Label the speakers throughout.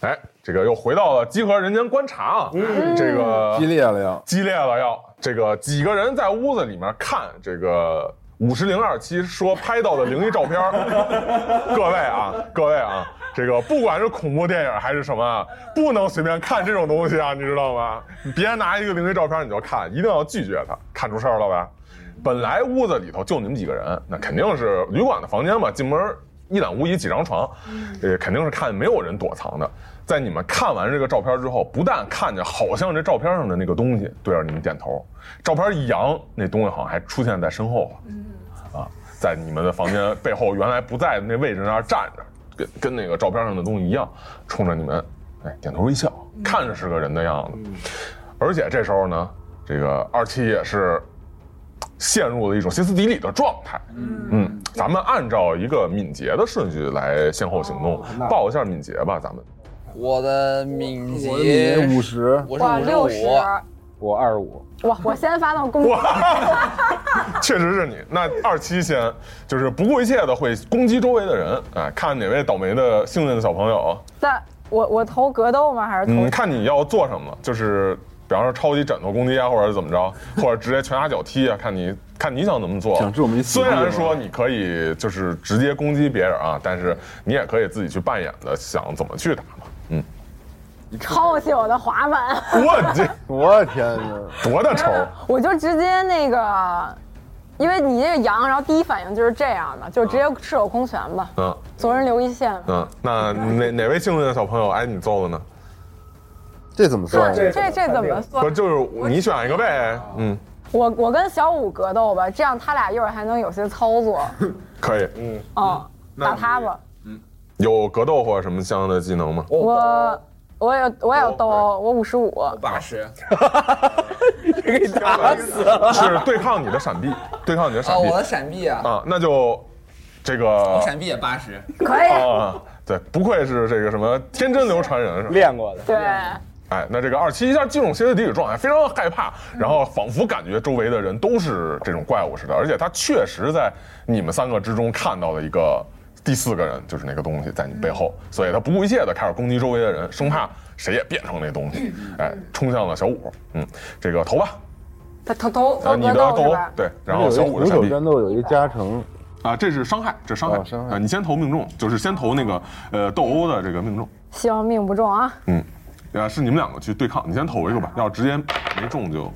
Speaker 1: 哎，这个又回到了集合人间观察啊，这个
Speaker 2: 激烈了呀！
Speaker 1: 激烈了要这个几个人在屋子里面看这个五十零二期说拍到的灵异照片儿，各位啊，各位啊，这个不管是恐怖电影还是什么啊，不能随便看这种东西啊，你知道吗？你别拿一个灵异照片你就看，一定要拒绝它，看出事儿了呗。本来屋子里头就你们几个人，那肯定是旅馆的房间嘛，进门一览无遗，几张床，呃，肯定是看没有人躲藏的。在你们看完这个照片之后，不但看见好像这照片上的那个东西对着你们点头，照片一扬，那东西好像还出现在身后了，啊，在你们的房间背后原来不在的那位置那儿站着，跟跟那个照片上的东西一样，冲着你们，哎，点头微笑，看着是个人的样子。而且这时候呢，这个二七也是陷入了一种歇斯底里的状态。嗯，咱们按照一个敏捷的顺序来先后行
Speaker 2: 哦
Speaker 1: 动，报一下敏捷吧，咱们。
Speaker 3: 我的敏
Speaker 2: 我的米
Speaker 3: 捷
Speaker 2: 五，十，
Speaker 3: 我是
Speaker 4: 哇，
Speaker 3: 五十
Speaker 4: 六十，
Speaker 3: 五，
Speaker 4: 哇，
Speaker 2: 我二十五，
Speaker 4: 我先发动攻击，
Speaker 1: 哇，确实是你。那二七先就是不顾一切的会攻击周围的人，哎，看哪位倒霉的幸运的小朋友，
Speaker 4: 但我我投格斗吗？还是投
Speaker 1: 嗯，？看你要做什么，就是比方说超级枕头攻击啊，或者是怎么着， 或者直接拳打脚踢啊，看你看你想怎么做。
Speaker 2: 想置我们于死地
Speaker 1: 虽然说你可以就是直接攻击别人啊，但是你也可以自己去扮演的，想怎么去打嘛。 嗯，
Speaker 4: 抄起我的 滑板，
Speaker 1: 哇，你这
Speaker 2: 我天哪！
Speaker 1: 多大仇？
Speaker 4: 我就直接那个，因为你这个羊，然后第一反应就是这样的，就直接赤手空拳吧，
Speaker 1: 嗯
Speaker 4: 左人留一线。
Speaker 1: 嗯，那哪哪位幸运的小朋友挨你揍了呢？
Speaker 2: 这怎么算？啊
Speaker 4: 这这这怎么算
Speaker 1: 不？是，就是你选一个呗。嗯，
Speaker 4: 我我跟小五格斗吧，这样他俩一会儿还能有些操 作。
Speaker 1: 可以。
Speaker 4: 嗯，打他吧，
Speaker 1: 有格斗或者什么相应的技能吗？
Speaker 4: 我我也我也有兜，我五十五。
Speaker 3: 八十，
Speaker 1: 是对抗你的闪避，对抗你的闪
Speaker 3: 哦，
Speaker 1: 避
Speaker 3: 我的闪避啊，
Speaker 1: 啊，那就这个
Speaker 3: 闪避也八十，
Speaker 4: 可以，
Speaker 1: 啊，对，不愧是这个什么天真流传人是吧？
Speaker 5: 练过的。
Speaker 4: 对，
Speaker 1: 哎，那这个二七一下进入歇斯底里状态，非常害怕，然后仿佛感觉周围的人都是这种怪物似的，而且他确实在你们三个之中看到了一个第四个人，就是那个东西在你背后，
Speaker 4: 嗯
Speaker 1: 所以他不顾一切的开始攻击周围的人，生怕谁也变成那东西，
Speaker 4: 嗯
Speaker 1: 哎，冲向了小五，嗯，这个投吧，
Speaker 4: 他投投
Speaker 1: 呃，
Speaker 4: 投
Speaker 1: 你
Speaker 4: 格
Speaker 1: 的
Speaker 4: 斗是
Speaker 1: 投
Speaker 4: 吧？
Speaker 1: 对，然后小五的
Speaker 2: 有一
Speaker 1: 闪
Speaker 2: 个徒
Speaker 1: 避
Speaker 2: 手。战斗有一个加成，
Speaker 1: 啊，这是伤害，这是伤害。
Speaker 2: 哦伤害
Speaker 1: 啊，你先投命中，就是先投那个呃斗殴的这个命中。
Speaker 4: 希望命不中啊，
Speaker 1: 嗯，啊，是你们两个去对抗，你先投一个吧，要直接没中就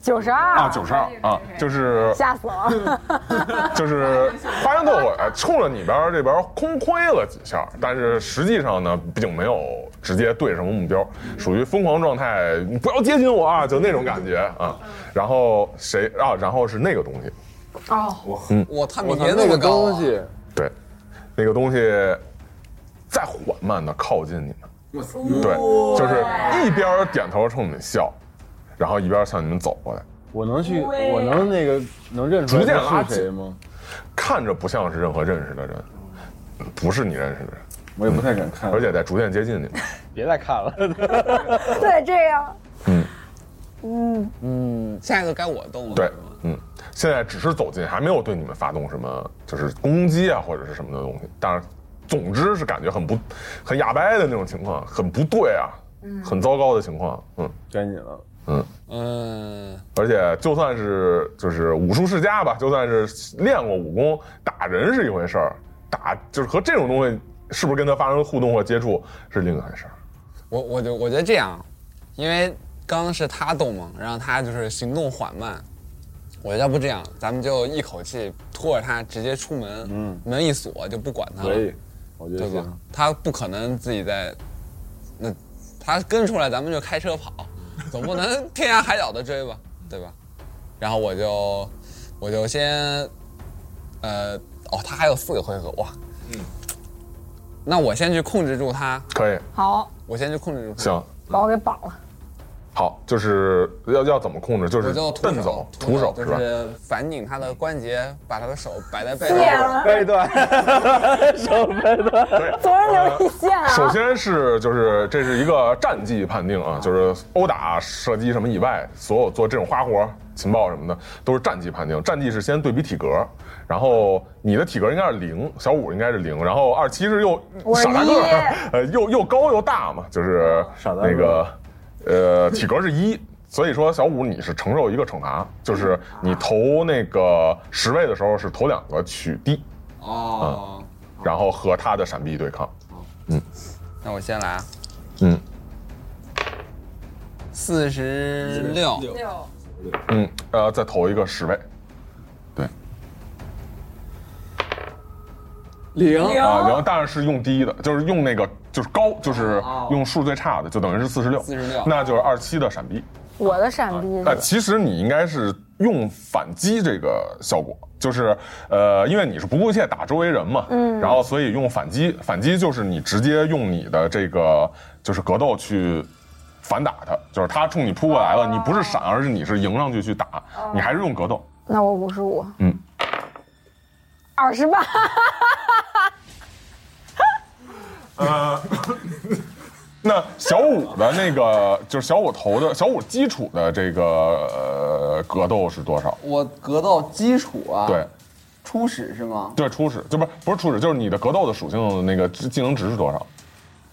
Speaker 4: 九十二
Speaker 1: 啊九十二啊，就是
Speaker 4: 吓死了！
Speaker 1: 就是花生豆腐哎冲着你边儿这边儿空挥了几下，但是实际上呢，并没有直接对什么目标，属于疯狂状态，你不要接近我啊，就那种感觉啊。然后谁啊？然后是那个东西，
Speaker 4: 哦，
Speaker 3: 我他
Speaker 2: 嗯我
Speaker 3: 敏
Speaker 2: 操
Speaker 3: 捷
Speaker 2: 那
Speaker 3: 那
Speaker 2: 个
Speaker 3: 么高
Speaker 2: 东
Speaker 3: 啊，
Speaker 2: 西，
Speaker 1: 对，那个东西再缓慢的靠近你们。
Speaker 3: 我操，
Speaker 1: 对，就是一边儿点头冲你们笑，然后一边儿向你们走过来，
Speaker 2: 我能去，我能那个能认出
Speaker 1: 逐渐
Speaker 2: 来
Speaker 1: 拉
Speaker 2: 他是谁吗？
Speaker 1: 看着不像是任何认识的人，不是你认识的人，
Speaker 2: 我也不太敢看。
Speaker 1: 而且在逐渐接近你们。
Speaker 5: 别再看了，
Speaker 4: 对，这样，
Speaker 1: 嗯
Speaker 4: 嗯，
Speaker 3: 嗯，下一个该我动了，
Speaker 1: 对
Speaker 3: 是吗，
Speaker 1: 嗯，现在只是走近，还没有对你们发动什么就是攻击啊或者是什么的东西，但是总之是感觉很不很哑巴的那种情况，很不对啊，很糟糕的情况，嗯。
Speaker 2: 该你了，
Speaker 3: 嗯，
Speaker 1: 而且就算是就是武术世家吧，就算是练过武功，打人是一回事儿，打就是和这种东西是不是跟他发生互动或接触是另一回事儿。
Speaker 3: 我我就我觉得这样，因为刚刚是他动嘛，然后他就是行动缓慢，我要不这样，咱们就一口气拖着他直接出门，
Speaker 2: 嗯
Speaker 3: 门一锁就不管他
Speaker 2: 可
Speaker 3: 了，
Speaker 5: 啊
Speaker 2: 以，我觉得
Speaker 3: 对
Speaker 2: 行
Speaker 3: 吧。？他不可能自己在，那他跟出来咱们就开车跑，
Speaker 6: 嗯
Speaker 3: 总不能天涯海角的 追吧，对吧？然后我就我就先，呃，哦，他还有四个回合哇，嗯，那我先去控制住他，
Speaker 1: 可以，
Speaker 4: 好，
Speaker 3: 我先去控制住他，
Speaker 1: 行，
Speaker 4: 把我给绑了。
Speaker 1: 好，就是要要怎么控制，就
Speaker 3: 我
Speaker 1: 是
Speaker 3: 就徒
Speaker 1: 蹬
Speaker 3: 手
Speaker 1: 走，，徒手
Speaker 3: 就是
Speaker 1: 吧？
Speaker 3: 是反拧他的关节，把他的手摆在背
Speaker 4: 谢
Speaker 6: 啊
Speaker 3: 上。
Speaker 4: 了，
Speaker 5: 掰断，手掰断。
Speaker 4: 昨儿留一线啊。
Speaker 1: 首先是就是这是一个战绩判定啊，就是殴打、射击什么以外，所有做这种花活、情报什么的都是战绩判定。战绩是先对比体格，然后你的体格应该是零，小五应该是零，然后二七是又
Speaker 4: 我是
Speaker 1: 傻大个
Speaker 4: 一
Speaker 1: 儿， 呃，又又高又大嘛，就是
Speaker 2: 傻大个儿
Speaker 1: 那个呃体格是一。所以说，小五你是承受一个惩罚，就是你投那个十位的时候是投两个取低，
Speaker 3: 哦，
Speaker 1: 然后和他的闪避对抗。
Speaker 3: 那我先来啊，
Speaker 1: 嗯，
Speaker 3: 四十六，
Speaker 4: 六
Speaker 1: 嗯，呃，再投一个十位
Speaker 3: 零
Speaker 1: 啊，然后但是是用低的，就是用那个就是高，就是
Speaker 3: 哦
Speaker 1: 用数最差的，就等于是四十六，
Speaker 3: 46
Speaker 1: 那就是二七的闪避。
Speaker 4: 我的闪避
Speaker 1: 呃，其实你应该是用反击这个效果，就是呃，因为你是不顾一切打周围人嘛，嗯，然后所以用反击，反击就是你直接用你的这个就是格斗去。反打他，就是他冲你扑过来了，你不是闪，而是你是迎上去去打，你还是用格斗。
Speaker 4: 那我五十五，
Speaker 1: 嗯，
Speaker 4: 二十八，
Speaker 1: 那小五的那个就是小五投的，小五基础的这个呃格斗是多少？
Speaker 6: 我格斗基础啊，
Speaker 1: 对，
Speaker 6: 初始是吗？
Speaker 1: 对，初始就不是不是初始，就是你的格斗的属性那个技技能值是多少？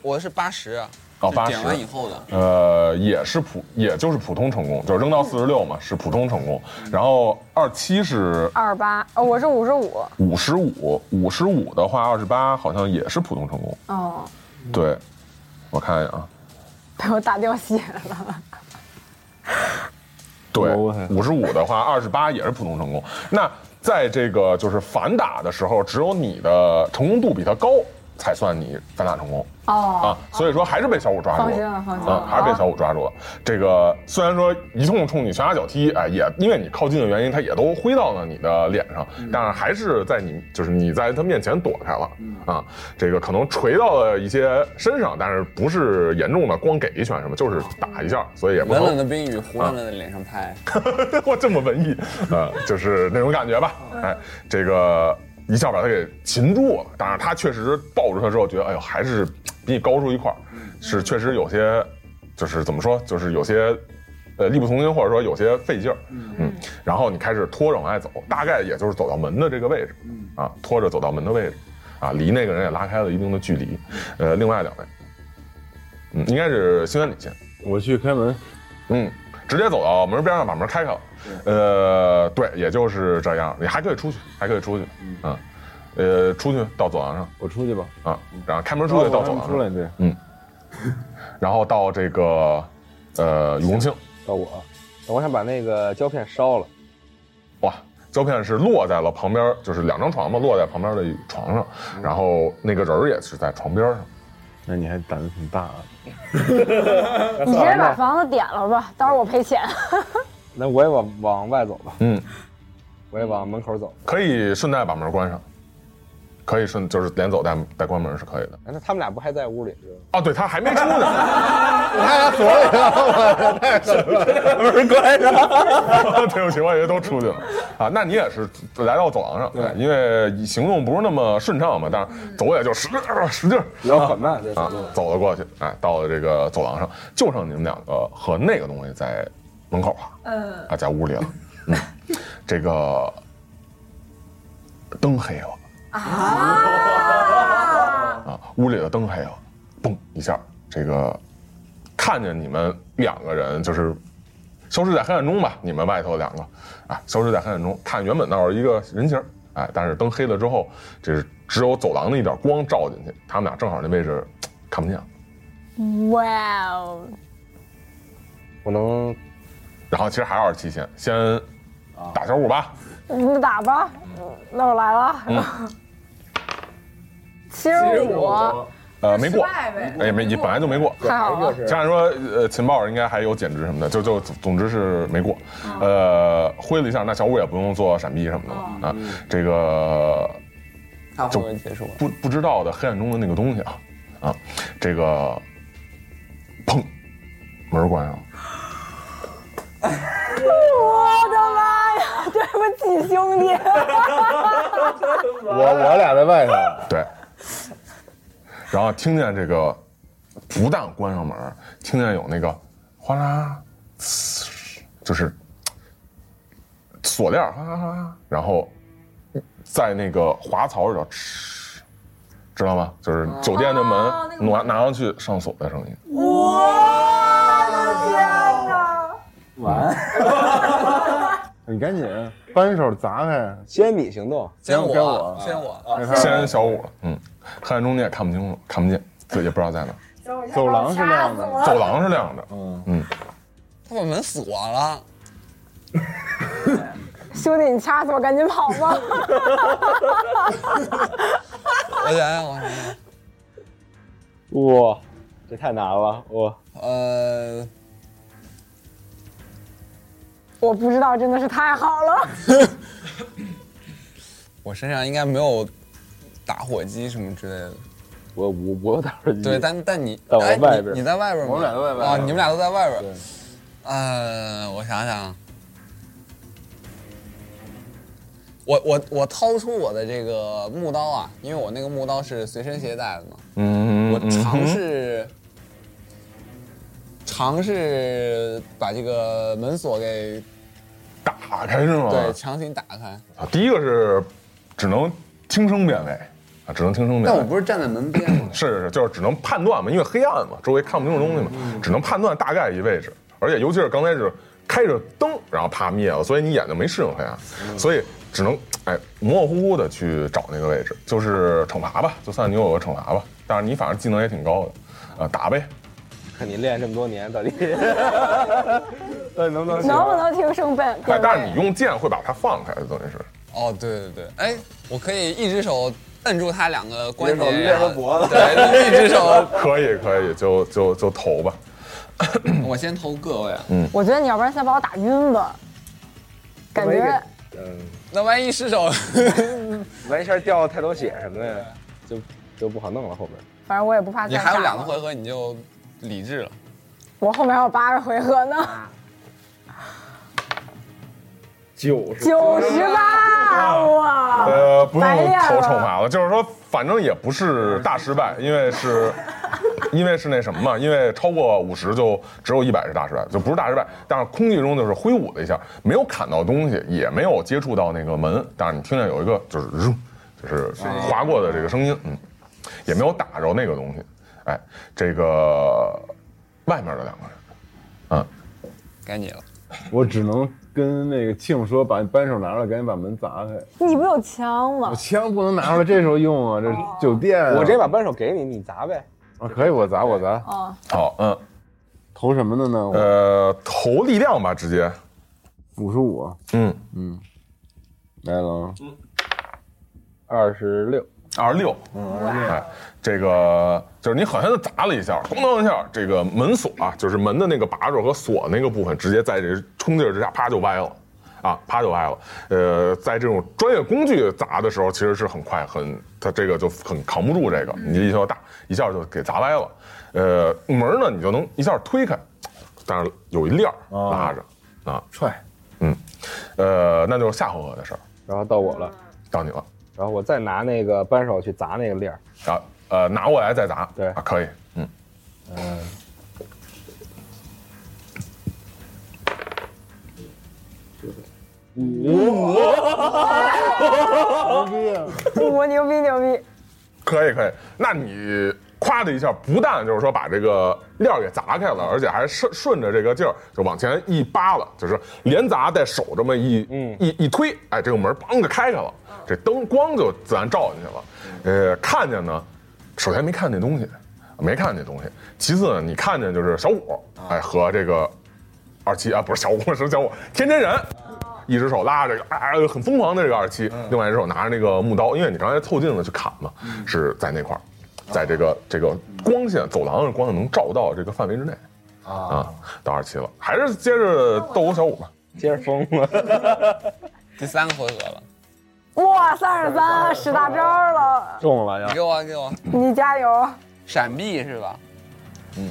Speaker 3: 我是八十，啊
Speaker 1: 哦
Speaker 3: 就点
Speaker 1: 80
Speaker 3: 完以后的，
Speaker 1: 呃，也是普，也就是普通成功，就是扔到四十六嘛，是普通成功。
Speaker 3: 嗯
Speaker 1: 然后二七是
Speaker 4: 二十八，哦，我是五十五。
Speaker 1: 五十五，五十五的话二十八好像也是普通成功。
Speaker 4: 哦，
Speaker 3: 嗯
Speaker 1: 对，我看一眼啊，
Speaker 4: 被我打掉血了。
Speaker 1: 对
Speaker 2: 我还，
Speaker 1: 五十五的话，二十八也是普通成功。那在这个就是反打的时候，只有你的成功度比他高，才算你反打成功
Speaker 4: 哦，
Speaker 1: 啊。所以说还是被小五抓住
Speaker 4: 放心了，放心
Speaker 1: 啊
Speaker 4: 了，，
Speaker 1: 还是被小五抓住了。这个虽然说一通冲你拳打脚踢，哎，也因为你靠近的原因，他也都挥到了你的脸上，
Speaker 4: 嗯
Speaker 1: 但是还是在你就是你在他面前躲开了
Speaker 4: 嗯
Speaker 1: 啊。这个可能锤到了一些身上，但是不是严重的，光给一拳什么，就是打一下，所以也不
Speaker 3: 冷
Speaker 1: 疼
Speaker 3: 冷。的冰雨
Speaker 5: 啊
Speaker 3: 胡乱的脸上拍，
Speaker 1: 我这么文艺，呃，就是那种感觉吧。哎，这个一下把他给擒住了。当然，他确实抱住他之后，觉得哎呦，还是比你高出一块儿，是确实有些，就是怎么说，就是有些。呃，力不从心，或者说有些费劲儿，嗯，然后你开始拖着往外走，大概也就是走到门的这个位置，啊，拖着走到门的位置，啊，离那个人也拉开了一定的距离，呃，另外两位，嗯，应该是新安里先，
Speaker 2: 我去开门。
Speaker 1: 嗯，直接走到门边上，把门开开了。呃，对，也就是这样。你还可以出去，还可以出去，嗯，呃，出去到走廊上
Speaker 2: 我出去吧。
Speaker 1: 啊，然后开门出去到走
Speaker 2: 我
Speaker 1: 廊
Speaker 2: 出
Speaker 1: 上，
Speaker 2: 来，对，
Speaker 1: 然后到这个呃永庆，
Speaker 5: 到我，
Speaker 2: 啊
Speaker 5: 我想把那个胶片烧了。
Speaker 1: 哇，胶片是落在了旁边，就是两张床嘛，落在旁边的床上，然后那个人儿也是在床边上。
Speaker 2: 那你还胆子挺大啊。
Speaker 1: 啊
Speaker 4: 你直接把房子点了吧，到时候我赔钱。
Speaker 5: 那我也往往外走吧，
Speaker 1: 嗯，
Speaker 5: 我也往门口走。
Speaker 1: 可以顺带把门关上，可以顺就是连走带带关门是可以的。
Speaker 5: 哎那他们俩不还在屋里？是吧
Speaker 1: 哦，对，他还没出呢。
Speaker 2: 我看 他锁里了，我太神了， 门关上。
Speaker 1: 对不起，我以为都出去了啊。那你也是来到走廊上，对，因为行动不是那么顺畅嘛，但是走也就使劲儿使劲儿
Speaker 5: 比较缓慢，这
Speaker 1: 啊
Speaker 5: 走路。，
Speaker 1: 走了过去，哎，到了这个走廊上，就剩你们两个和那个东西在门口了，
Speaker 7: 呃，
Speaker 1: 啊，在屋里了，嗯，这个灯黑了啊屋里的灯黑了，嘣一下，这个看见你们两个人就是消失在黑暗中吧，你们外头两个啊，消失在黑暗中，看原本那儿一个人形儿，哎，但是灯黑了之后，这是只有走廊的一点光照进去，他们俩正好那位置看不见了，
Speaker 4: 哇哦，
Speaker 5: 我能
Speaker 1: 然后其实还是二期先先打小五吧，
Speaker 4: 你打吧，那我来了。
Speaker 1: 嗯
Speaker 4: 七十五，
Speaker 1: 呃，没
Speaker 7: 失
Speaker 1: 过，
Speaker 7: 败呗
Speaker 1: 哎，没，你本来就没过。
Speaker 4: 太好了。
Speaker 1: 虽然说，呃，秦豹应该还有减值什么的，就就总之是没过，呃，挥了一下，那小五也不用做闪避什么的了啊。这个
Speaker 3: 他会不会结束了？
Speaker 1: 不不知道的黑暗中的那个东西啊啊，这个砰，门关上了，
Speaker 4: 我的妈呀！对不起，兄弟，
Speaker 2: 我我俩在外头，
Speaker 1: 对，然后听见这个，不但关上门，听见有那个哗啦，呲就是锁链儿哗啦哗啦，然后在那个滑槽里头，哧知道吗？就是酒店的门拿拿上去上锁的声音。
Speaker 2: 你赶紧扳手砸开，
Speaker 5: 先你行动，
Speaker 3: 先
Speaker 2: 先我
Speaker 3: 我，啊先我，
Speaker 2: 给
Speaker 1: 现
Speaker 2: 他
Speaker 1: 在小五了，嗯，黑暗中你也看不清楚，看不见，自己也不知道在哪儿。
Speaker 2: 走廊是那样的，
Speaker 1: 走廊是亮嗯的，
Speaker 3: 他把门锁了。
Speaker 4: 兄弟，你掐死我，赶紧跑吧！
Speaker 3: 我想想，我想想，
Speaker 5: 哇，这太难了，我
Speaker 3: 呃，
Speaker 4: 我不知道，真的是太好了。
Speaker 3: 我身上应该没有打火机什么之类的。
Speaker 5: 我我我有点儿
Speaker 3: 对，但但你
Speaker 5: 但我
Speaker 3: 哎你
Speaker 5: 外边
Speaker 3: 你在外边吗？
Speaker 2: 我们俩在外边
Speaker 3: 啊，你们俩都在外边。呃，我想想，我我我掏出我的这个木刀啊，因为我那个木刀是随身携带的嘛，
Speaker 1: 嗯，
Speaker 3: 我尝
Speaker 1: 嗯
Speaker 3: 试、尝试把这个门锁给
Speaker 1: 打开是吗？
Speaker 3: 对强行打开，
Speaker 1: 啊，第一个是只能听声辨位啊，只能听声辨
Speaker 6: 但我
Speaker 1: 位。
Speaker 6: 不是站在门边 吗？
Speaker 1: 是是是，就是只能判断嘛，因为黑暗嘛，周围看不清楚东西嘛，
Speaker 6: 嗯
Speaker 1: 只能判断大概一位置。而且尤其是刚才是开着灯，然后啪灭了，所以你眼睛没适应黑暗，
Speaker 6: 嗯
Speaker 1: 所以只能哎模模糊糊的去找那个位置，就是惩罚吧，就算你有个惩罚吧。但是你反正技能也挺高的，啊，打呗，
Speaker 5: 看你练这么多年，到底 到底能不能行
Speaker 4: 能不能听声辨？
Speaker 1: 哎，但是
Speaker 4: 辨
Speaker 1: 你
Speaker 4: 位
Speaker 1: 用剑会把它放开，等于是。
Speaker 3: 哦，对对对，哎，我可以一只手摁住他两个关节，
Speaker 5: 捏他脖子
Speaker 3: 对，一只手，
Speaker 1: 可以可以，就就就投吧。
Speaker 3: 我先投各位啊。
Speaker 4: 我觉得你要不然先把我打晕吧，感觉
Speaker 3: 那万一失 手，
Speaker 5: 完一下掉太多血什么的，就就不好弄了后边。
Speaker 4: 反正我也不怕再
Speaker 3: 你还有
Speaker 4: 打
Speaker 3: 两个
Speaker 4: 了
Speaker 3: 回合，你就理智了。
Speaker 4: 我后面还有八个回合呢，
Speaker 5: 九十
Speaker 4: 九十八，哇！
Speaker 1: 呃，不用
Speaker 4: 白练
Speaker 1: 投
Speaker 4: 了
Speaker 1: 惩罚了，就是说，反正也不是大失败，因为是，因为是那什么嘛，因为超过五十就只有一百是大失败，就不是大失败。但是空气中就是挥舞了一下，没有砍到东西，也没有接触到那个门，但是你听见有一个就是嗡，就是划过的这个声音，嗯，也没有打着那个东西。哎，这个外面的两个人，
Speaker 3: 该你了，
Speaker 2: 我只能跟那个庆说，把扳手拿出来，赶紧把门砸开。
Speaker 4: 你不有枪吗
Speaker 2: 我？枪不能拿出来，这时候用啊，这酒店啊、
Speaker 5: 我直接把扳手给你，你砸呗。
Speaker 2: 啊可以，我砸我砸，
Speaker 4: 哦，
Speaker 1: 好，嗯，
Speaker 2: 投什么的呢？我
Speaker 1: 呃，投力量吧，直接，
Speaker 2: 五十五，
Speaker 1: 嗯，
Speaker 2: 来了，啊
Speaker 5: 二十六，
Speaker 1: 二十六，哎，这个就是你狠狠的砸了一下，咣当一下，这个门锁啊，就是门的那个把手和锁那个部分，直接在这冲劲儿之下，啪就歪了，啊，啪就挨了。呃，在这种专业工具砸的时候，其实是很快，很它这个就很扛不住这个，你力气要大，一下就给砸歪了。呃，门呢，你就能一下推开，但是有一链儿
Speaker 2: 啊
Speaker 1: 拉着啊，
Speaker 2: 踹，
Speaker 1: 嗯，呃，那就是夏侯河的事儿，
Speaker 5: 然后到我了，
Speaker 1: 到你了
Speaker 5: 然后我再拿那个扳手去砸那个链儿，
Speaker 1: 啊，呃，拿过来再砸，
Speaker 5: 对
Speaker 1: 啊，可以，嗯，
Speaker 4: 我牛逼牛逼，
Speaker 1: 可以可以，那你咵的一下，不但就是说把这个链儿给砸开了，而且还顺顺着这个劲儿就往前一扒拉，就是连砸带手这么一、一一推，哎，这个门梆就开开了，这灯光就自然照进去了。呃，看见呢，首先没看见东西，没看见东西。其次呢，你看见就是小五，哎，和这个二七啊，不是小五，是小五，天真人。一只手拉着这个啊，很疯狂的这个二七，另外一只手拿着那个木刀，因为你刚才凑近了去砍嘛，是在那块儿，在这个这个光线走廊的光线能照到这个范围之内啊，到二七了，还是接着斗殴小五吧，
Speaker 5: 接着疯了。
Speaker 3: 第三个回合了，
Speaker 4: 哇，三十三使大招了，
Speaker 5: 中了
Speaker 3: 你
Speaker 5: 呀！
Speaker 3: 给我啊给我
Speaker 4: 你加油！
Speaker 3: 闪避是吧？嗯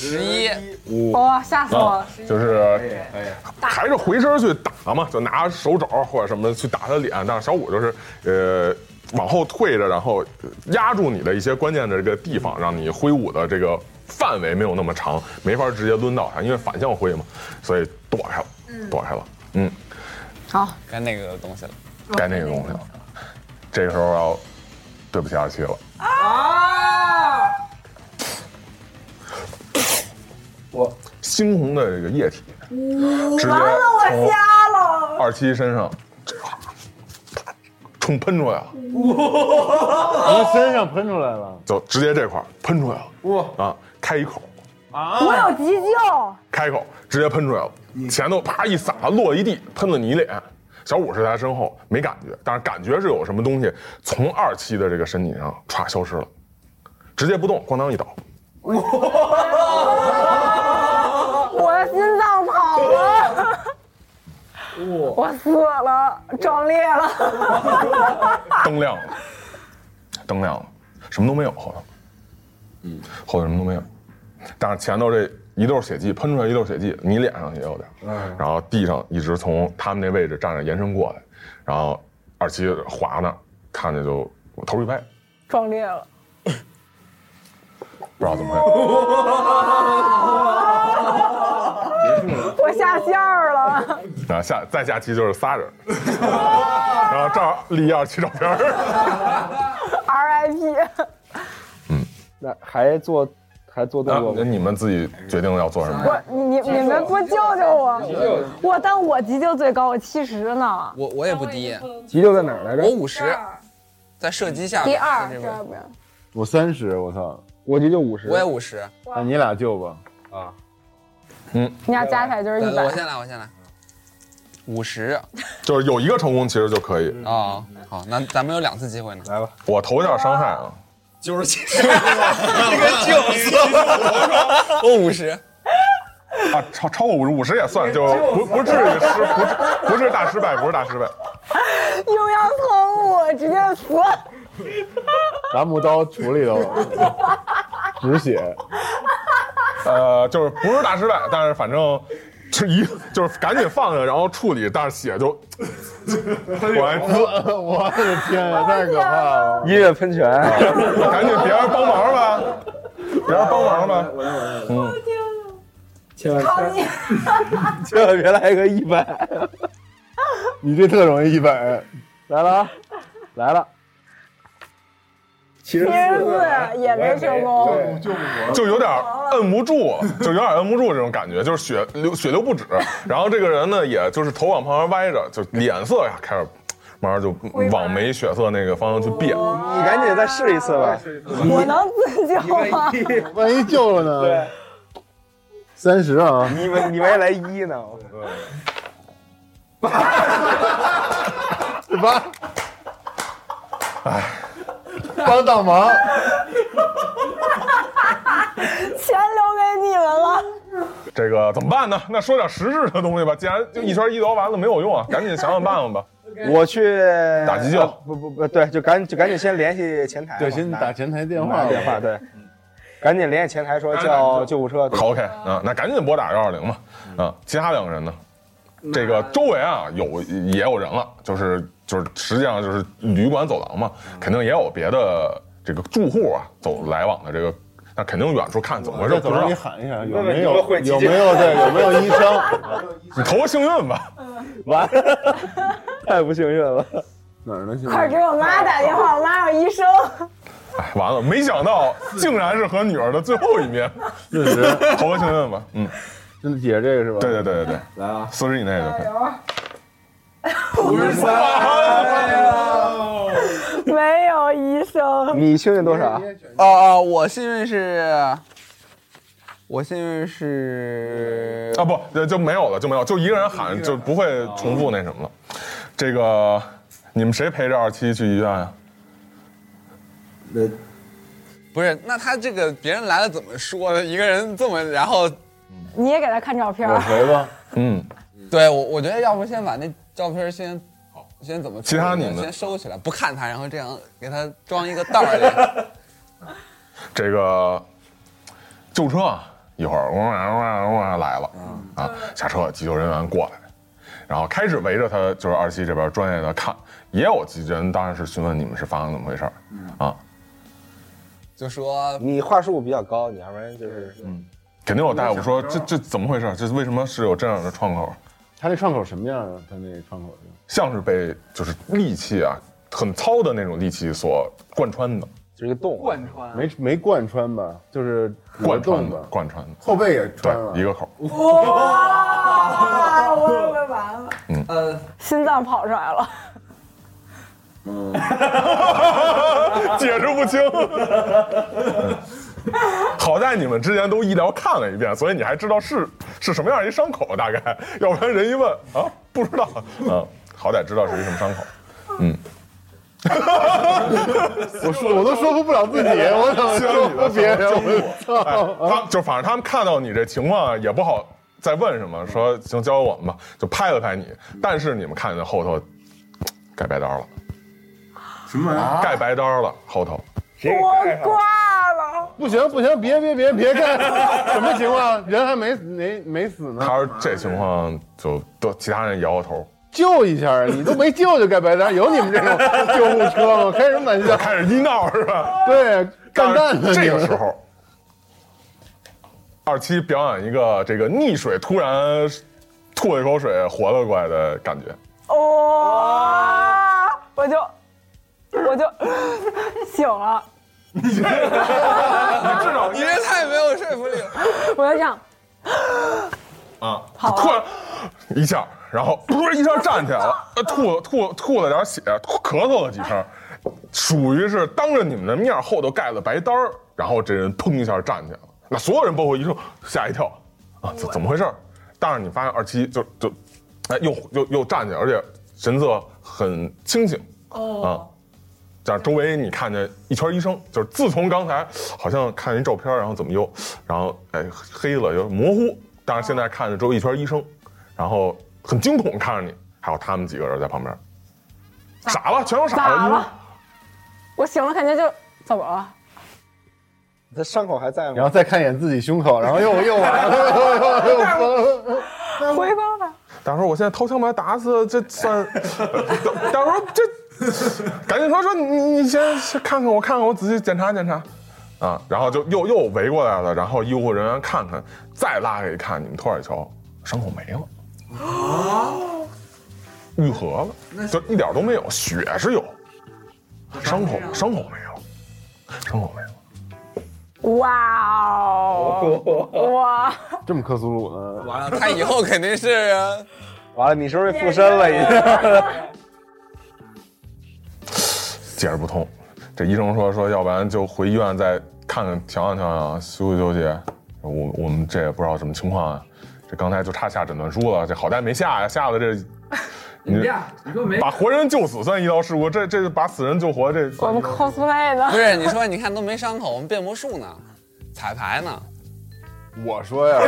Speaker 3: 十一
Speaker 4: 哇，哦吓死我了！
Speaker 1: 就是
Speaker 6: 哎呀，
Speaker 1: 还是回身去打嘛，就拿手肘或者什么去打他脸，但是小五就是呃往后退着，然后压住你的一些关键的这个地方，让你挥舞的这个范围没有那么长，没法直接抡到他，因为反向挥嘛，所以躲开了，躲开了，嗯，
Speaker 4: 好，
Speaker 3: 该那个东西了。
Speaker 1: 该那个东西了。这个时候要对不起二七了，
Speaker 6: 我
Speaker 1: 猩红的这个液体直接
Speaker 4: 完了，我
Speaker 1: 从
Speaker 4: 瞎了，
Speaker 1: 二七身上冲喷出来了。
Speaker 2: 从身上喷出来了，
Speaker 1: 就直接这块儿喷出来了，
Speaker 6: 哇
Speaker 1: 啊，开一口，
Speaker 4: 我有急救。
Speaker 1: 开口直接喷出来了，前头啪一撒落一地，喷了你一脸。小五是在他身后没感觉，但是感觉是有什么东西从二期的这个身体上歘消失了，直接不动，咣当一倒。
Speaker 4: 我的心脏跑了，我死了，撞裂了。
Speaker 1: 灯亮了，灯亮了，什么都没有后头，嗯，后头什么都没有，但是前头这一溜血迹喷出来一溜血迹，你脸上也有点，嗯，然后地上一直从他们那位置站着延伸过来，然后二七滑呢，看着就我头一歪，
Speaker 4: 撞裂了，
Speaker 1: 不知道怎么回
Speaker 4: 我下线儿了，
Speaker 1: 事，然后下再下期就是仨人，然后这儿立一二七照片儿，
Speaker 4: RIP。
Speaker 5: 那还做还做动
Speaker 1: 然
Speaker 5: 作
Speaker 1: 后
Speaker 2: 啊
Speaker 5: 吗？
Speaker 1: 你们自己决定要做什么。
Speaker 4: 我你你你们不救救我，我但我急救最高，我七十呢，
Speaker 3: 我我也不低，
Speaker 5: 急救在哪儿来
Speaker 3: 我
Speaker 5: 着？
Speaker 3: 五十，在射击下
Speaker 4: 第
Speaker 3: 面
Speaker 4: 二，
Speaker 3: 这
Speaker 4: 这
Speaker 3: 边
Speaker 4: 要不要？
Speaker 2: 我三十，我操，
Speaker 5: 我急救五十
Speaker 3: 我。也五十。
Speaker 2: 那你俩救吧，
Speaker 4: 你俩加起来就是
Speaker 3: 等
Speaker 4: 一
Speaker 3: 等，
Speaker 4: 百
Speaker 3: 我。先来，我先来。五十
Speaker 1: 就是有一个成功其实就可以，
Speaker 3: 啊，好，那咱们有两次机会呢。
Speaker 1: 我投一下伤害啊，
Speaker 7: 就是
Speaker 3: 我哦五十，
Speaker 1: 啊，超超过五十，五十也算，就不不至于失，不至不是大失败，不是大失败。
Speaker 4: 又要从我直接死，
Speaker 2: 拿木刀处理了，止血，
Speaker 1: 呃，就是不是大失败，但是反正是一就是赶紧放下，然后处理，但是血就我来滋，
Speaker 2: 我的天呀，太可怕了，
Speaker 5: 音乐喷泉，
Speaker 1: 赶紧别人帮忙吧，别人帮忙吧。
Speaker 6: 千万千万
Speaker 5: 千万别来个一百。
Speaker 2: 你这特容易一百，
Speaker 5: 来了啊，来了，
Speaker 6: 七十
Speaker 4: 七十四也没成功。
Speaker 6: 救不活。
Speaker 1: 就有点摁不住，就有点摁不住这种感觉，就是血流血流不止。然后这个人呢，也就是头往旁边歪着，就脸色呀开始慢慢就往没血色那个方向去变。
Speaker 5: 你赶紧再试一次吧。
Speaker 4: 我能自救吗？
Speaker 2: 万一救了呢？三十啊，
Speaker 5: 你们你们来一呢？
Speaker 2: 十八，哎，帮倒忙，
Speaker 4: 钱留给你们了。
Speaker 1: 这个怎么办呢？ 那说点实质的东西吧，既然就一圈一聊完了没有用啊，赶紧想想办 法吧。
Speaker 5: 我去
Speaker 1: 打急救
Speaker 5: 啊不不不，对，就赶紧就赶紧先联系前台吧，
Speaker 2: 对，先
Speaker 5: 拿
Speaker 2: 打嗯前台电
Speaker 5: 打
Speaker 2: 话。
Speaker 5: 电话，对，赶紧联系前台说叫
Speaker 2: 嗯
Speaker 5: 救护车。
Speaker 1: 好 OK 啊，那赶紧拨打幺二零吧。啊，其他两个人呢？这个周围啊有也有人了，就是就是实际上就是旅馆走廊嘛，肯定也有别的这个住户啊走来往的这个，那肯定远处看怎么回事
Speaker 2: 在
Speaker 1: 不
Speaker 2: 走
Speaker 1: 知道
Speaker 2: 廊里。喊一下，有
Speaker 5: 问
Speaker 2: 没
Speaker 5: 你们
Speaker 2: 有
Speaker 5: 会
Speaker 2: 有
Speaker 5: 急救
Speaker 2: 没有对有没有医生？
Speaker 1: 你投个幸运吧，
Speaker 5: 完了， 太不幸运了。
Speaker 2: 哪儿呢？现
Speaker 4: 快
Speaker 2: 在
Speaker 4: 给我妈打电话，我妈有医生。
Speaker 1: 哎，完了，没想到竟然是和女儿的最后 一面，
Speaker 2: 确实，
Speaker 1: 投个幸运吧。嗯，
Speaker 2: 真的解这个是吧？
Speaker 1: 对对对对对，
Speaker 6: 来啊，
Speaker 1: 四十以内就可以。
Speaker 6: 五十三，
Speaker 4: 没有医生，
Speaker 5: 你幸运多少？
Speaker 3: 啊啊！我幸运是，我幸运是
Speaker 1: 啊，不，就就没有了，就没有，就一个人喊，就不会重复那什么了。这个，你们谁陪着二七去医院啊呀、
Speaker 3: 不是？那他这个别人来了怎么说呢？一个人这么，然后
Speaker 4: 你也给他看照片儿。
Speaker 2: 我回吧。
Speaker 1: 嗯，
Speaker 3: 对我，我觉得要不先把那照片先。先怎么处
Speaker 1: 其
Speaker 3: 理呢？
Speaker 1: 他你们
Speaker 3: 先收起来，不看他，然后这样给他装一个袋 儿
Speaker 1: 这个救车啊，一会儿嗡啊嗡啊嗡啊来了，啊，下车急救人员过来，然后开始围着他，就是二七这边专业的看，也有几人当然是询问你们是发生怎么回事儿啊，
Speaker 3: 里，就说
Speaker 5: 你话术比较高，你要不然就是
Speaker 2: 嗯
Speaker 1: 肯定有大夫说这这怎么回事儿？这为什么是有这样的创口？
Speaker 2: 他那创口什么样啊？他那创口
Speaker 1: 像是被就是利器啊，很糙的那种利器所贯穿的。
Speaker 5: 就是一个洞。
Speaker 2: 嗯
Speaker 6: 贯穿。
Speaker 2: 没没贯穿吧？就是
Speaker 1: 贯穿
Speaker 2: 的嗯
Speaker 1: 的，，贯穿的，
Speaker 2: 后背也穿了
Speaker 1: 对，一。个口。
Speaker 4: 哇！啊我嗯以为完了，
Speaker 6: 呃，
Speaker 4: 心脏跑出来了。
Speaker 1: 解释不清。嗯好在你们之前都医疗看了一遍，所以你还知道是是什么样一伤口，大概，要不然人一问啊不知道，嗯，好歹知道是一什么伤口。
Speaker 2: 我说我都说服不了 自己，我怎么说服别人？我操！
Speaker 1: 他就反正他们看到你这情况啊也不好再问什么，说行交给我们吧，就拍了拍你。但是你们看见后头盖白刀了，
Speaker 2: 什么玩意儿？
Speaker 1: 盖白刀了后头。
Speaker 4: 我挂了，
Speaker 2: 不行不行，别别别别干！什么情况？人还没没没死呢，
Speaker 1: 他说这情况就都其他人摇摇头，
Speaker 2: 救一下啊！你都没救就盖白单，有你们这种救护车吗？开什么玩笑？
Speaker 1: 开始医闹是吧？
Speaker 2: 对，干蛋呢！
Speaker 1: 这个
Speaker 2: 你
Speaker 1: 时 候，二七表演一个这个溺水突然吐了一口水活了过来的感觉。
Speaker 4: 哇！我就我就醒了，
Speaker 3: 你这太没有说服力了。
Speaker 4: 我就这样，
Speaker 1: 啊，
Speaker 4: 好啊
Speaker 1: 突然一下，然后噗一下站起来了，呃吐了吐吐了点血，吐咳嗽了几声，属于是当着你们的面儿后头盖了白单儿，然后这人砰一下站起来了，那所有人包括医生吓一跳，啊，怎怎么回事儿？但是你发现二七就就，哎，又又又站起来，而且神色很清醒，啊。这样周围你看见一圈医生，就是自从刚才好像看一照片，然后怎么又，然后哎黑了又模糊，但是现在看着周围一圈医生，然后很惊恐看着你，还有他们几个人在旁边，傻了，全都傻
Speaker 4: 咋
Speaker 1: 了，
Speaker 4: 了？我醒了，感觉就走了。
Speaker 5: 他伤口还在
Speaker 2: 然
Speaker 5: 吗？
Speaker 2: 后再看一眼自己胸口，然后又又完了，又又疯了。
Speaker 4: 回光吧，
Speaker 1: 大伙说我现在掏枪把他打死，这算， 大伙说这，赶紧说说你你你先先看看我看看我仔细检查检查，啊，然后就又又围过来了，然后医护人员看看，再拉开一看，你们托尔乔伤口没了，哦愈合了，就一点都没有，血是有，伤口伤口没有，伤口没有。
Speaker 4: 哇哦，哇！
Speaker 2: 这么克苏鲁呢？
Speaker 3: 完了，他以后肯定 是
Speaker 5: 完了，你是不是附身了？已经。
Speaker 1: 解释不通。这医生说说，要不然就回医院再看看，调养调养，啊休息休息。我我们这也不知道什么情况啊，这刚才就差下诊断书了，这好歹没下呀，下 了这
Speaker 6: 你这样，你说没
Speaker 1: 把活人救死算医疗事故，这这把死人救活这
Speaker 4: 我们 cosplay 呢
Speaker 3: 不？是？你说你看都没伤口，我们变魔术呢，彩排呢，
Speaker 2: 我说呀，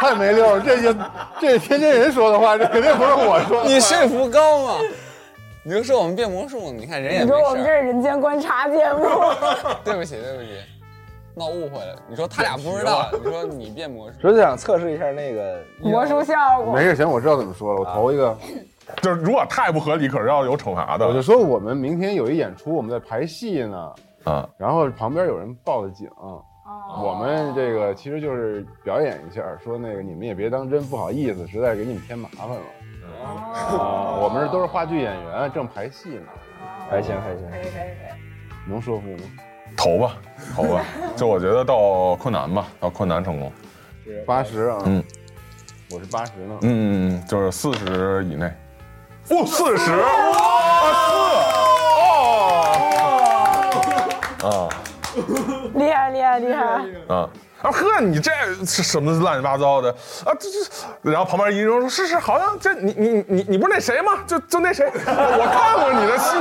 Speaker 2: 太没溜儿，这些这天津人说的话，这肯定不是我说的。
Speaker 3: 你说服高吗？你就说我们变魔术，你看人也
Speaker 4: 你
Speaker 3: 没
Speaker 4: 说我们
Speaker 3: 事
Speaker 4: 这
Speaker 3: 儿。
Speaker 4: 是人间观察节目，
Speaker 3: 对不起，对不起，闹误会了。你说他俩不知道，你说你变魔术，
Speaker 5: 只是想测试一下那个
Speaker 4: 魔术效果
Speaker 2: 没。事，行，我知道怎么说了，我投一个。
Speaker 1: 就是如果太不合理，可是要有惩罚的。
Speaker 2: 我就说我们明天有一演出，我们在排戏呢，
Speaker 1: 啊，
Speaker 2: 然后旁边有人报的警，
Speaker 4: 哦
Speaker 2: 我们这个其实就是表演一下，说那个你们也别当真，不好意思，实在给你们添麻烦了。啊，我们这都是话剧演员，正排戏呢，
Speaker 5: 还行还行，
Speaker 2: 能说服吗？
Speaker 1: 投吧，投吧。就我觉得到困难吧，到困难成功。
Speaker 2: 八十啊，
Speaker 1: 嗯，
Speaker 2: 我是八十呢。
Speaker 1: 嗯，嗯嗯，就是四十以内。哦，四十，啊四，哦，
Speaker 4: 厉害厉害厉害！
Speaker 1: 啊啊啊！呵，你这是什么乱七八糟的啊？这这，然后旁边一人说：“是是，好像这你你你你不是那谁吗？就就那谁， 我看过你的戏。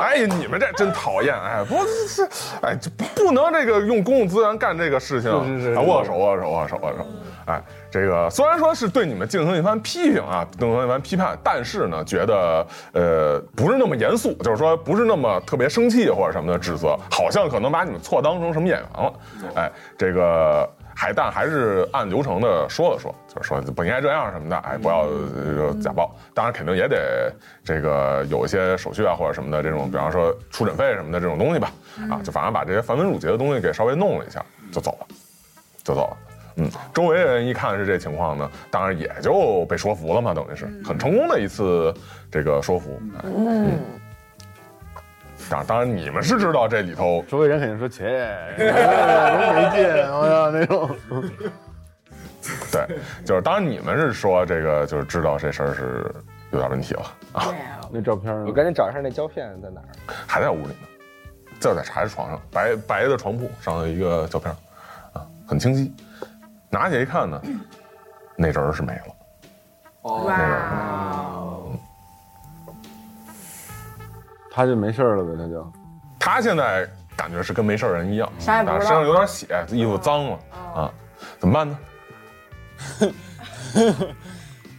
Speaker 1: 哎呀，你们这真讨厌！哎，不是是，哎，这不不能这个用公共资源干这个事情。
Speaker 2: 是是是是
Speaker 1: 哎握手握手握手握手。哎，这个虽然说是对你们进行一番批评啊，进行一番批判，但是呢，觉得呃不是那么严肃，就是说不是那么特别生气或者什么的指责，好像可能把你们错当成什么演员了。哎，这个。还但还是按流程的说了说，就是说不应该这样什么的，哎，不要呃假报。当然，肯定也得这个有一些手续啊或者什么的这种，比方说出诊费什么的这种东西吧，啊，就反正把这些繁文缛节的东西给稍微弄了一下，就走了，就走了。嗯，周围人一看是这情况呢，当然也就被说服了嘛，等于是很成功的一次这个说服。哎嗯，当当然你们是知道这里头
Speaker 2: 周围人肯定说：“切，哎没劲，我操那种。
Speaker 1: 对，就是当然你们是说这个，就是知道这事儿是有点问题了，”
Speaker 2: 那照片
Speaker 5: 我
Speaker 2: 呢？
Speaker 5: 赶紧找一下那胶片在哪儿。
Speaker 1: 还在屋里呢，就在茶室床上，白白的床铺上有一个胶片，啊，很清晰。拿起来一看呢，那人儿是没了，
Speaker 4: 哦
Speaker 2: 他就没事儿了呗，他就。
Speaker 1: 他现在感觉是跟没事儿人一样，
Speaker 4: 啥也不
Speaker 1: 啊
Speaker 4: 知
Speaker 1: 身
Speaker 4: 道哦
Speaker 1: 上有点血，衣服脏了啊，怎么办呢？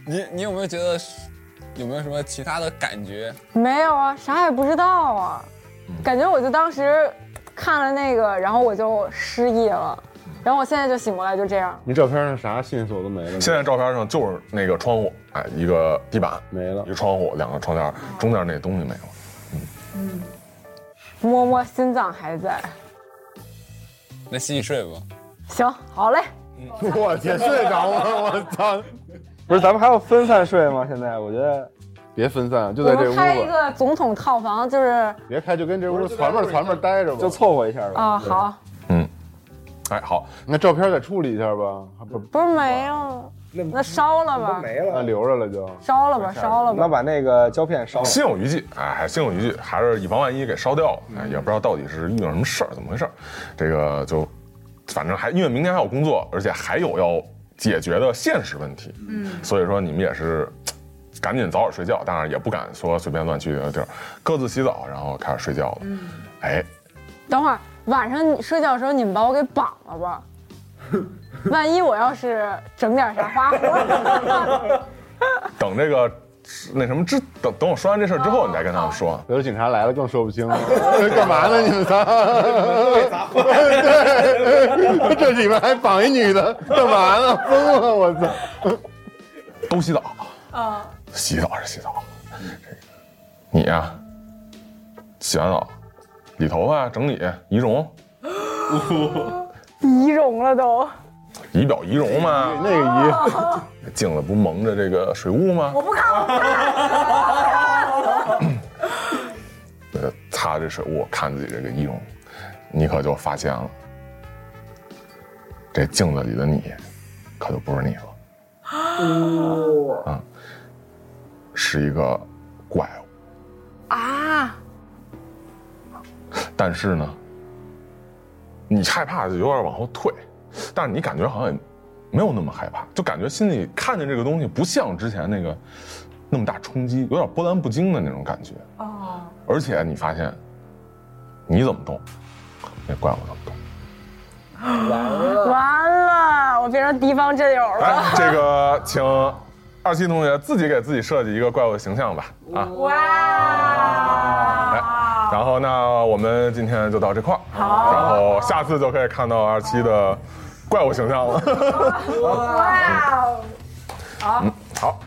Speaker 3: 你你有没有觉得有没有什么其他的感觉？
Speaker 4: 没有啊，啥也不知道啊，
Speaker 2: 嗯
Speaker 4: 感觉我就当时看了那个，然后我就失忆了，然后我现在就醒过来，就这样。
Speaker 2: 那照片上啥线索都没了呢，
Speaker 1: 现在照片上就是那个窗户，哎，一个地板，
Speaker 2: 没了
Speaker 1: 一个窗户，两个窗帘，中间那东西没了。
Speaker 4: 摸摸心脏还在，
Speaker 3: 那洗洗睡吧。
Speaker 4: 行，好嘞，
Speaker 2: 我天，睡着了，我操！
Speaker 5: 不是，咱们还要分散睡吗？现在我觉得
Speaker 2: 别分散，啊就
Speaker 4: 我
Speaker 2: 在这
Speaker 4: 们
Speaker 2: 屋
Speaker 4: 开一
Speaker 2: 吧，
Speaker 4: 个总统套房，就是
Speaker 2: 别开，就跟这屋传吧传吧待着吧。
Speaker 5: 就凑合一下吧。
Speaker 4: 啊，好，
Speaker 1: 哎，好，
Speaker 2: 那照片再处理一下吧，还不
Speaker 4: 不是没了，那烧了吧，
Speaker 5: 没
Speaker 2: 那
Speaker 5: 了，
Speaker 2: 留着了就。
Speaker 4: 烧了吧，烧了吧
Speaker 5: 啊那。把那个胶片烧了。
Speaker 1: 心有余悸，哎，心有余悸，还是以防万一给烧掉了，哎，也不知道到底是遇到什么事儿，怎么回事儿，这个就，反正还因为明天还有工作，而且还有要解决的现实问题，嗯，所以说你们也是。嘖赶紧早点睡觉，当然也不敢说随便乱去的地儿，各自洗澡，然后开始睡觉了。哎，
Speaker 4: 等会儿晚上你睡觉的时候，你们把我给绑了 吧？万一我要是整点啥花 活，
Speaker 1: 等这个那什么之等等我说完这事儿之后，你再跟他们说。
Speaker 2: 回头警察来了更说不清了， 干嘛呢？你们仨？ 对， 这里面还绑一女的，干嘛呢？疯了，我操！
Speaker 1: 都洗澡啊，洗澡是洗澡，这个你呀、洗完澡理头发、整理、仪容、
Speaker 4: 仪容了都，
Speaker 1: 仪表仪容嘛，
Speaker 2: 那个姨，
Speaker 1: 镜子不蒙着这个水雾吗？我不看， 我不看。擦这水雾，看自己这个仪容，你可就发现了，这镜子里的你，可就不是你了，啊，是一个怪物。
Speaker 4: 啊，
Speaker 1: 但是呢，你害怕就有点往后退，但是你感觉好像也没有那么害怕，就感觉心里看见这个东西不像之前那个那么大冲击，有点波澜不惊的那种感觉。哦。而且你发现，你怎么动，那怪物怎么动。
Speaker 4: 完了，我变成敌方阵友了。
Speaker 1: 来，哎这个请二七同学自己给自己设计一个怪物的形象吧，啊，
Speaker 4: 嗯哇！
Speaker 1: 然后那我们今天就到这块儿，然后下次就可以看到二七的怪物形象了。
Speaker 4: 哇！
Speaker 1: 好，